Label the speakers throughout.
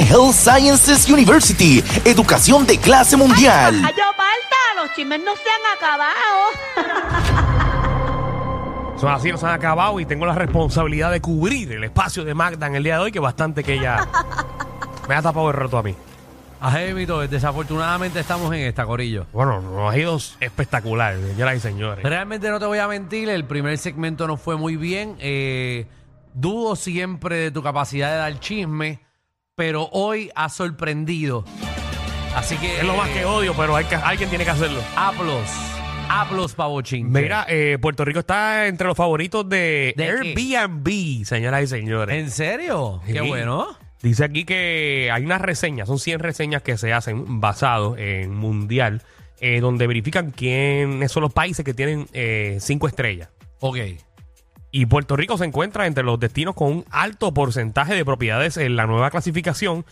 Speaker 1: Health Sciences University, educación de clase mundial.
Speaker 2: Ay, yo falta, los chismes no se han acabado.
Speaker 3: Son así, nos han acabado y tengo la responsabilidad de cubrir el espacio de Magda en el día de hoy, que bastante que ella me ha tapado el roto a mí.
Speaker 4: Ajémito, Ah, desafortunadamente estamos en esta, Corillo.
Speaker 3: Bueno, nos ha ido espectacular, señoras y señores.
Speaker 4: Realmente no te voy a mentir, el primer segmento no fue muy bien. eh, dudo siempre de tu capacidad de dar chisme, pero hoy has sorprendido. Así que. eh,
Speaker 3: Es lo más que odio, pero hay que- alguien tiene que hacerlo.
Speaker 4: Aplos. Aplos, pavochín.
Speaker 3: Mira, eh, Puerto Rico está entre los favoritos de,
Speaker 4: ¿De
Speaker 3: Airbnb, señoras y señores.
Speaker 4: ¿En serio?
Speaker 3: Sí.
Speaker 4: Qué bueno.
Speaker 3: Dice aquí que hay unas reseñas, son 100 reseñas que se hacen basado en mundial, eh, donde verifican quiénes son los países que tienen eh, cinco estrellas.
Speaker 4: Ok.
Speaker 3: Y Puerto Rico se encuentra entre los destinos con un alto porcentaje de propiedades en la nueva clasificación,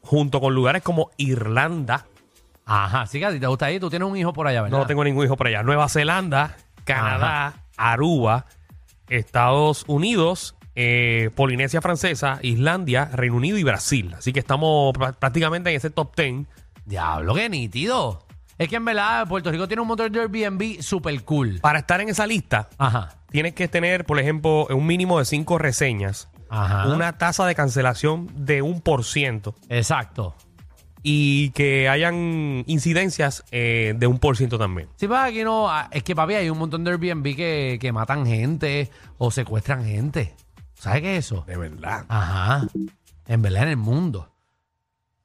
Speaker 3: junto con lugares como Irlanda.
Speaker 4: Ajá, sí que a ti te gusta ahí. Tú tienes un hijo por allá, ¿verdad?
Speaker 3: No tengo ningún hijo por allá. Nueva Zelanda, Canadá, Aruba, Estados Unidos, eh, Polinesia Francesa, Islandia, Reino Unido y Brasil. Así que estamos pra- prácticamente en ese top 10.
Speaker 4: Diablo, qué nítido. Es que en verdad Puerto Rico tiene un motor de Airbnb super cool.
Speaker 3: Para estar en esa lista,
Speaker 4: Ajá.
Speaker 3: tienes que tener, por ejemplo, un mínimo de cinco reseñas,
Speaker 4: Ajá.
Speaker 3: una tasa de cancelación de un por ciento.
Speaker 4: Exacto.
Speaker 3: y que hayan incidencias eh, de un por ciento también.
Speaker 4: Sí, pasa que no. ah, Es que, papi, hay un montón de Airbnb que, que matan gente o secuestran gente. ¿Sabes qué es eso?
Speaker 3: De verdad.
Speaker 4: Ajá. En verdad, en el mundo.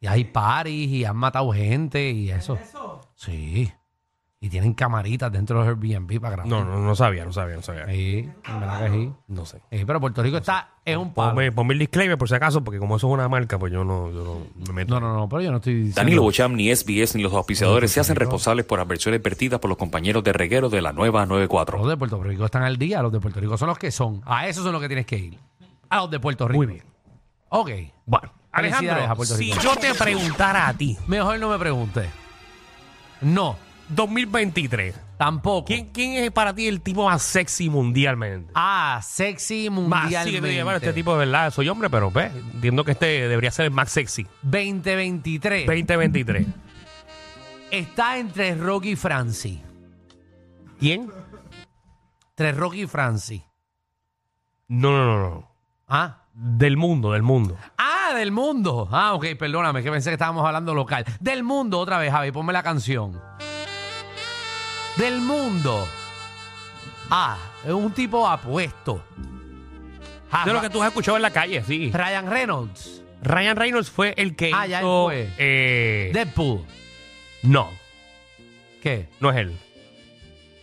Speaker 4: Y hay paris y han matado gente y eso. Sí. Y tienen camaritas dentro de los Airbnb para grabar.
Speaker 3: No, no, no sabía, no sabía, no sabía.
Speaker 4: Sí, en verdad que sí.
Speaker 3: No sé.
Speaker 4: Sí, pero Puerto Rico está. Es un palo.
Speaker 3: Ponme, ponme el disclaimer por si acaso, porque como eso es una marca, pues yo no, yo no me meto.
Speaker 4: No, no, no, pero yo no estoy diciendo.
Speaker 5: Danilo Bocham, ni SBS, ni los auspiciadores se hacen responsables por adversiones vertidas por los compañeros de reguero de la nueva 94.
Speaker 4: Los de Puerto Rico están al día, los de Puerto Rico son los que son. A esos son los que tienes que ir. A los de Puerto Rico. Muy bien. Ok.
Speaker 3: Bueno,
Speaker 4: Felicidades a
Speaker 3: Alejandro,
Speaker 4: Puerto
Speaker 3: si
Speaker 4: Rico.
Speaker 3: yo te preguntara a ti,
Speaker 4: Mejor no me preguntes. No,
Speaker 3: 2023,
Speaker 4: tampoco.
Speaker 3: ¿quién, quién es para ti el tipo más sexy mundialmente?
Speaker 4: Ah, sexy
Speaker 3: Más así que te
Speaker 4: mundialmente.
Speaker 3: diga, bueno, este tipo de verdad, soy hombre, pero ve, entiendo que este debería ser el más sexy.
Speaker 4: 2023
Speaker 3: 2023.
Speaker 4: está entre Rocky y Franci.
Speaker 3: ¿Quién?
Speaker 4: Entre Rocky y Franci.
Speaker 3: No, no, no, no.
Speaker 4: Ah.
Speaker 3: Del mundo, del mundo.
Speaker 4: Ah, del mundo. Ah, ok, perdóname, que pensé que estábamos hablando local. Del mundo, otra vez, Javi, ponme la canción. Del mundo. Ah, es un tipo apuesto. Ah,
Speaker 3: De lo que tú has escuchado en la calle, sí.
Speaker 4: Ryan Reynolds,
Speaker 3: Ryan Reynolds fue el que
Speaker 4: Ah, ya
Speaker 3: hizo,
Speaker 4: él fue.
Speaker 3: eh,
Speaker 4: Deadpool.
Speaker 3: no,
Speaker 4: ¿Qué?
Speaker 3: no es él.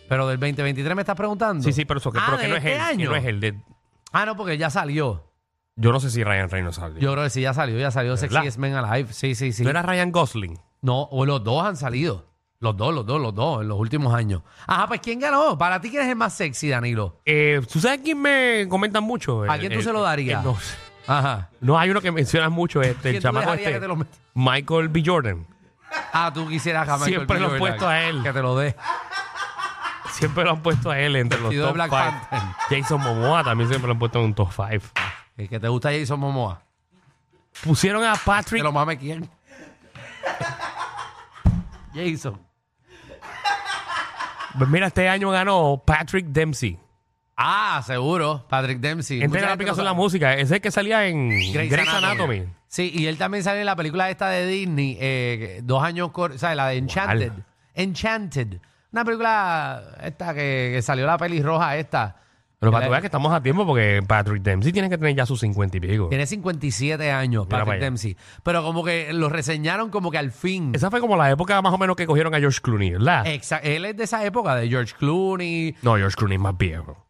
Speaker 4: ¿Pero del 2023 me estás preguntando?
Speaker 3: Sí, sí, pero eso que,
Speaker 4: Ah,
Speaker 3: pero que
Speaker 4: ¿de
Speaker 3: no es
Speaker 4: este
Speaker 3: él. que
Speaker 4: año?
Speaker 3: no es él. de-
Speaker 4: Ah, no, porque ya salió.
Speaker 3: yo no sé si Ryan Reynolds salió.
Speaker 4: Yo creo que sí, ya salió, ya salió
Speaker 3: ¿Verdad?
Speaker 4: Sexiest Men Alive. Sí, sí, sí.
Speaker 3: ¿No era Ryan Gosling?
Speaker 4: No, o los dos han salido. Los dos, los dos, los dos, en los últimos años. Ajá, pues ¿quién ganó? Para ti, ¿quién es el más sexy, Danilo?
Speaker 3: Eh, ¿Tú sabes quién me comentan mucho?
Speaker 4: ¿A
Speaker 3: El-
Speaker 4: quién tú
Speaker 3: el-
Speaker 4: se lo darías?
Speaker 3: el- no, sé.
Speaker 4: Ajá.
Speaker 3: No, hay uno que mencionas mucho, este, el
Speaker 4: ¿Quién tú
Speaker 3: chamaco
Speaker 4: dejarías
Speaker 3: este,
Speaker 4: que te lo met-
Speaker 3: Michael B. Jordan.
Speaker 4: Ah, tú quisieras jamás.
Speaker 3: Siempre lo he puesto a él.
Speaker 4: Que te lo dé.
Speaker 3: Siempre lo han puesto a él entre los
Speaker 4: Vestido de
Speaker 3: top
Speaker 4: Black
Speaker 3: 5.
Speaker 4: Panther.
Speaker 3: Jason Momoa también siempre lo han puesto en un top 5.
Speaker 4: El que te gusta Jason Momoa.
Speaker 3: Pusieron a
Speaker 4: Que
Speaker 3: Patrick
Speaker 4: lo mame quién. Jason.
Speaker 3: Pues mira, este año ganó Patrick Dempsey.
Speaker 4: Ah, seguro. Patrick Dempsey.
Speaker 3: Entra en la
Speaker 4: Mucha gente lo
Speaker 3: aplicación de
Speaker 4: sabe.
Speaker 3: la música. Ese es el que salía en
Speaker 4: Grey's
Speaker 3: Grey's,
Speaker 4: Anatomy.
Speaker 3: Anatomy.
Speaker 4: Sí, y él también sale en la película esta de Disney, eh, dos años, cor- o sea, la de Enchanted.
Speaker 3: ¿Cuál?
Speaker 4: Enchanted. Una película esta que, que salió la peli roja esta.
Speaker 3: Pero
Speaker 4: Él
Speaker 3: para que
Speaker 4: es-
Speaker 3: veas que estamos a tiempo porque Patrick Dempsey tiene que tener ya sus 50 y pico.
Speaker 4: Tiene 57 años,
Speaker 3: Mira para
Speaker 4: Patrick
Speaker 3: allá.
Speaker 4: Dempsey. Pero como que lo reseñaron como que al fin.
Speaker 3: Esa fue como la época más o menos que cogieron a George Clooney, ¿verdad?
Speaker 4: Exa- él es de esa época de George Clooney.
Speaker 3: No, George Clooney es más viejo.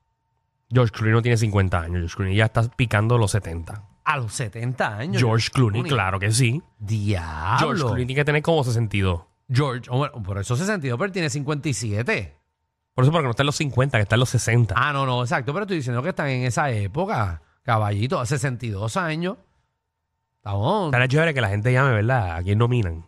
Speaker 3: George Clooney no tiene 50 años. George Clooney ya está picando los 70.
Speaker 4: A los 70 años.
Speaker 3: George Clooney, claro que sí.
Speaker 4: Diablo.
Speaker 3: George Clooney tiene que tener como 62.
Speaker 4: George, oh, bueno, por eso 62, pero él tiene 57.
Speaker 3: Por eso, porque no está en los 50, que está en los 60.
Speaker 4: Ah, no, no, exacto, pero estoy diciendo que están en esa época, caballito, a 62 años. Estamos
Speaker 3: Estará chévere que la gente llame, ¿verdad? ¿A quién nominan?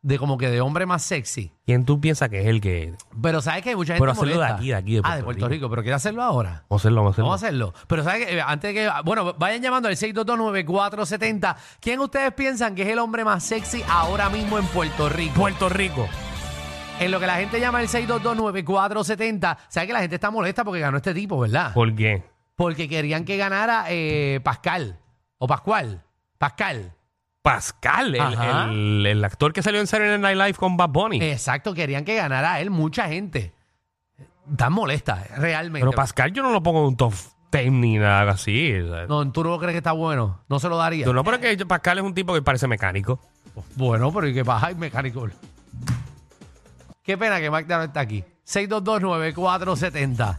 Speaker 4: de como que de hombre más sexy.
Speaker 3: ¿Quién tú piensas que es el que...
Speaker 4: Pero sabes que hay mucha gente
Speaker 3: Pero hacerlo de
Speaker 4: molesta.
Speaker 3: aquí, de aquí, de
Speaker 4: ah, de
Speaker 3: Puerto
Speaker 4: Puerto Rico.
Speaker 3: Rico.
Speaker 4: pero quiere hacerlo ahora.
Speaker 3: Vamos a hacerlo, vamos a hacerlo.
Speaker 4: Vamos a hacerlo. Pero sabes que eh, antes de que bueno, vayan llamando al 6229470. ¿Quién ustedes piensan que es el hombre más sexy ahora mismo en Puerto Rico?
Speaker 3: Puerto Rico.
Speaker 4: En lo que la gente llama el 6229470, sabes que la gente está molesta porque ganó este tipo, ¿verdad?
Speaker 3: ¿Por qué?
Speaker 4: Porque querían que ganara eh, Pascal. O Pascual. Pascal.
Speaker 3: Pascal, el,
Speaker 4: Ajá.
Speaker 3: el- el actor que salió en Saturday Night Live con Bad Bunny.
Speaker 4: Exacto, querían que ganara él mucha gente. Tan molesta, eh, realmente.
Speaker 3: Pero Pascal yo no lo pongo en un top 10 ni nada así. o sea.
Speaker 4: no, tú no crees que está bueno. No se lo daría.
Speaker 3: Tú no, pero que Pascal es un tipo que parece mecánico.
Speaker 4: Bueno, pero ¿y qué pasa? Ay, mecánico. Qué pena que Magda no está aquí. 6229470.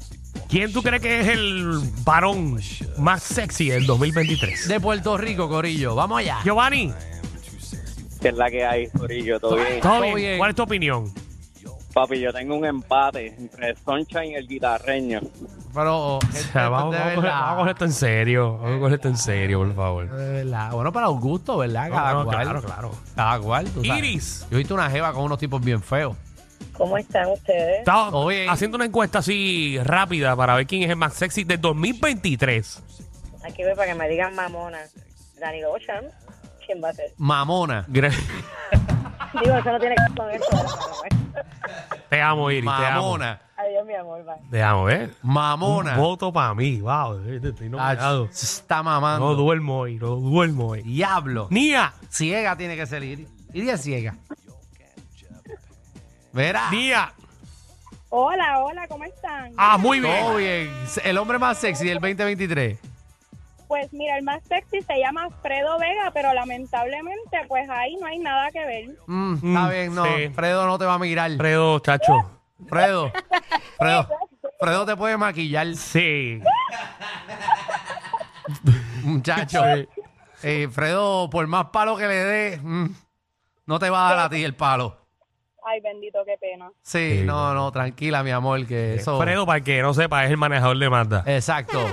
Speaker 3: ¿Quién tú crees que es el varón más sexy del 2023?
Speaker 4: De Puerto Rico, Corillo. Vamos allá.
Speaker 3: Giovanni,
Speaker 6: que es la que hay, Corillo, todo bien.
Speaker 3: ¿todo
Speaker 4: Todo
Speaker 3: bien?
Speaker 4: bien.
Speaker 3: ¿Cuál es tu opinión?
Speaker 6: Papi, yo tengo un empate entre Sunshine y el guitarreño.
Speaker 4: Pero
Speaker 3: O
Speaker 4: esto-
Speaker 3: sea, vamos, vamos
Speaker 4: esto
Speaker 3: a
Speaker 4: es de
Speaker 3: coger-
Speaker 4: verdad.
Speaker 3: vamos a coger esto en serio. Vamos a coger esto en serio, por favor.
Speaker 4: De verdad. Bueno, para Augusto, ¿verdad?
Speaker 3: No,
Speaker 4: Cada
Speaker 3: no,
Speaker 4: cual.
Speaker 3: claro, claro.
Speaker 4: Cada cual, tú sabes.
Speaker 3: Iris.
Speaker 4: Yo he visto una jeva con unos tipos bien feos.
Speaker 7: ¿Cómo están ustedes?
Speaker 3: Estaba
Speaker 4: Todo bien.
Speaker 3: haciendo una encuesta así rápida para ver quién es el más sexy del 2023.
Speaker 7: Aquí voy para que me digan mamona. Dani Lochan, ¿quién va a ser?
Speaker 4: Mamona.
Speaker 3: Gra-
Speaker 7: Digo, eso no tiene que ver con esto. pero bueno.
Speaker 3: Te amo, Iris.
Speaker 4: Mamona.
Speaker 7: Adiós, mi amor, bye.
Speaker 3: Te amo. Te amo, ¿eh?
Speaker 4: Mamona.
Speaker 3: Un voto para mí. Wow, eh, estoy
Speaker 4: Ah,
Speaker 3: nominado.
Speaker 4: se está mamando.
Speaker 3: No duermo hoy, no duermo hoy.
Speaker 4: Diablo.
Speaker 3: Nia,
Speaker 4: Ciega tiene que ser Iri. Iri es ciega. Verá.
Speaker 3: Nia.
Speaker 7: Hola, hola, ¿cómo están?
Speaker 3: Ah, muy
Speaker 4: Todo
Speaker 3: bien.
Speaker 4: bien. El hombre más sexy del 2023.
Speaker 7: Pues mira, el más sexy se llama Alfredo Vega, pero lamentablemente, pues ahí no hay nada que ver.
Speaker 4: Mm, está
Speaker 3: Mm,
Speaker 4: bien, no.
Speaker 3: sí.
Speaker 4: Fredo no te va a mirar.
Speaker 3: Fredo, chacho.
Speaker 4: Fredo. Fredo. Fredo te puede maquillar,
Speaker 3: Sí.
Speaker 4: muchacho. Eh, Fredo, por más palo que le dé, mm, no te va a dar a ti el palo.
Speaker 7: Ay, bendito, qué pena.
Speaker 4: Sí,
Speaker 3: Sí.
Speaker 4: no, no, tranquila, mi amor, que eso.
Speaker 3: Fredo, para el que no sepa, es el manejador de Mazda.
Speaker 4: Exacto.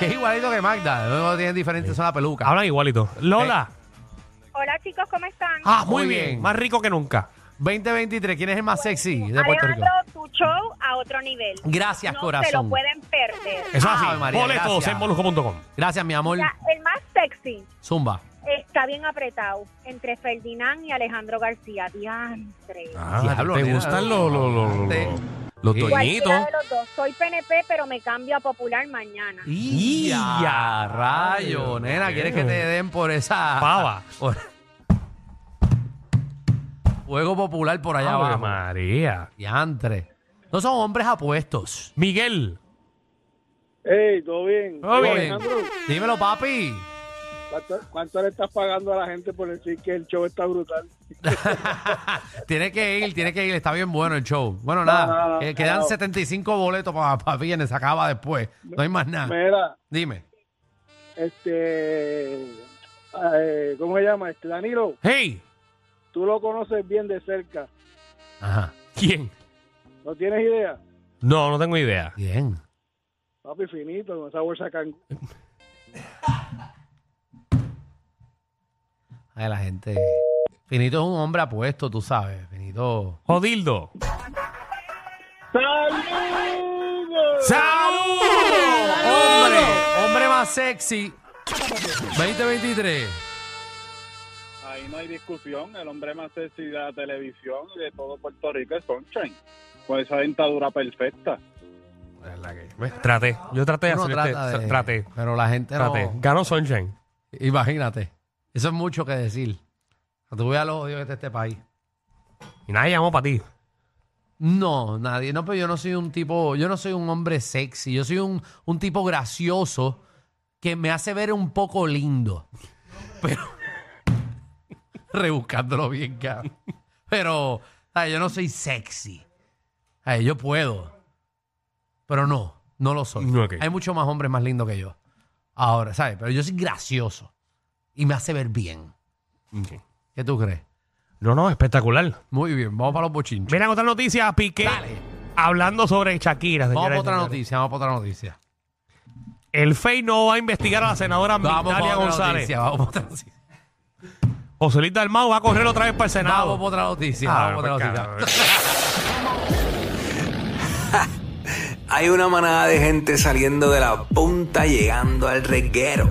Speaker 4: Que es igualito que Magda. No tienen diferente, son la peluca.
Speaker 3: Hablan igualito. Lola.
Speaker 7: Hola, chicos, ¿cómo están?
Speaker 3: Ah, muy
Speaker 4: Eh, Muy
Speaker 3: bien.
Speaker 4: bien.
Speaker 3: Más rico que nunca.
Speaker 4: 2023, ¿quién es el más sexy de Puerto Rico?
Speaker 7: tu show a otro nivel.
Speaker 4: Gracias, corazón.
Speaker 7: perder.
Speaker 3: Eso es
Speaker 4: Ave
Speaker 3: así.
Speaker 4: María,
Speaker 3: Boletos
Speaker 4: gracias.
Speaker 3: en molusco.com.
Speaker 4: Gracias, mi amor.
Speaker 7: el más sexy.
Speaker 4: Zumba.
Speaker 7: Está bien apretado entre Ferdinand y Alejandro García. Diantre.
Speaker 3: Ah,
Speaker 4: Diablo, nena. Te-
Speaker 3: los
Speaker 4: Sí.
Speaker 7: Cualquiera de los dos. Soy PNP, pero me cambio a popular mañana.
Speaker 4: ¡Ya, rayo! Nena, ¿quieres que te den por esa...
Speaker 3: Pava.
Speaker 4: por- Juego popular por allá
Speaker 3: Ave
Speaker 4: abajo.
Speaker 3: María.
Speaker 4: Diantre. No son hombres apuestos.
Speaker 3: Miguel.
Speaker 6: Ey, todo bien.
Speaker 3: Todo
Speaker 4: Oye,
Speaker 3: bien.
Speaker 4: Dímelo, papi.
Speaker 6: ¿Cuánto, cuánto le estás pagando a la gente por decir que el show está brutal?
Speaker 4: tiene que ir, tiene que ir. Está bien bueno el show. Bueno, nada.
Speaker 6: no, no,
Speaker 4: que-
Speaker 6: no,
Speaker 4: quedan
Speaker 6: no.
Speaker 4: 75 boletos para pa viernes. Se acaba después. No hay más nada.
Speaker 6: Mira,
Speaker 4: Dime.
Speaker 6: este. eh, ¿Cómo se llama? Este, Danilo,
Speaker 3: Hey.
Speaker 6: tú lo conoces bien de cerca.
Speaker 4: Ajá.
Speaker 3: ¿Quién?
Speaker 6: ¿No tienes idea?
Speaker 3: No, no tengo idea.
Speaker 4: Bien.
Speaker 6: Papi finito, con esa bolsa cangú.
Speaker 4: Ay, la gente. Finito es un hombre apuesto, tú sabes. Finito.
Speaker 3: Odildo.
Speaker 6: ¡Saludos!
Speaker 3: ¡Salud!
Speaker 4: Hombre, hombre más sexy. 2023.
Speaker 6: Ahí no hay discusión. El hombre más sexy de la televisión y de todo Puerto Rico es Sunshine. Con esa dentadura perfecta.
Speaker 4: de verdad que-
Speaker 3: ¿Ves? Traté. Yo traté de
Speaker 4: Uno
Speaker 3: hacer
Speaker 4: trata
Speaker 3: este.
Speaker 4: de-
Speaker 3: Traté.
Speaker 4: Pero la gente
Speaker 3: Traté.
Speaker 4: no.
Speaker 3: Ganó Sunshine.
Speaker 4: Imagínate. Eso es mucho que decir. Que Tú veas los odios que está este país.
Speaker 3: Y nadie llamó para ti.
Speaker 4: No, nadie. No, pero yo no soy un tipo, yo no soy un hombre sexy. Yo soy un, un tipo gracioso que me hace ver un poco lindo. Pero. rebuscándolo bien, cabrón. Pero, ¿sabes? yo no soy sexy. Ay, yo puedo. Pero no, no lo soy.
Speaker 3: Ok.
Speaker 4: Hay muchos más hombres más lindos que yo. Ahora, ¿sabes? Pero yo soy gracioso. Y me hace ver bien. ¿Qué tú crees?
Speaker 3: No, no, espectacular.
Speaker 4: Muy bien, vamos para los bochinchos.
Speaker 3: Miren otra noticia, Piqué.
Speaker 4: Dale.
Speaker 3: Hablando sobre Shakira.
Speaker 4: Vamos
Speaker 3: señoras
Speaker 4: para
Speaker 3: y
Speaker 4: otra
Speaker 3: señores.
Speaker 4: noticia, vamos para otra noticia.
Speaker 3: El FEI no va a investigar a la senadora
Speaker 4: Vamos para
Speaker 3: Migdalia
Speaker 4: otra
Speaker 3: González.
Speaker 4: noticia, vamos para otra noticia.
Speaker 3: Joselita Dalmau va a correr otra vez para el Senado.
Speaker 4: Vamos para otra noticia,
Speaker 3: Ah,
Speaker 4: vamos para
Speaker 3: pues,
Speaker 4: otra noticia.
Speaker 3: cabrón.
Speaker 7: Hay una manada de gente saliendo de la punta llegando al reguero.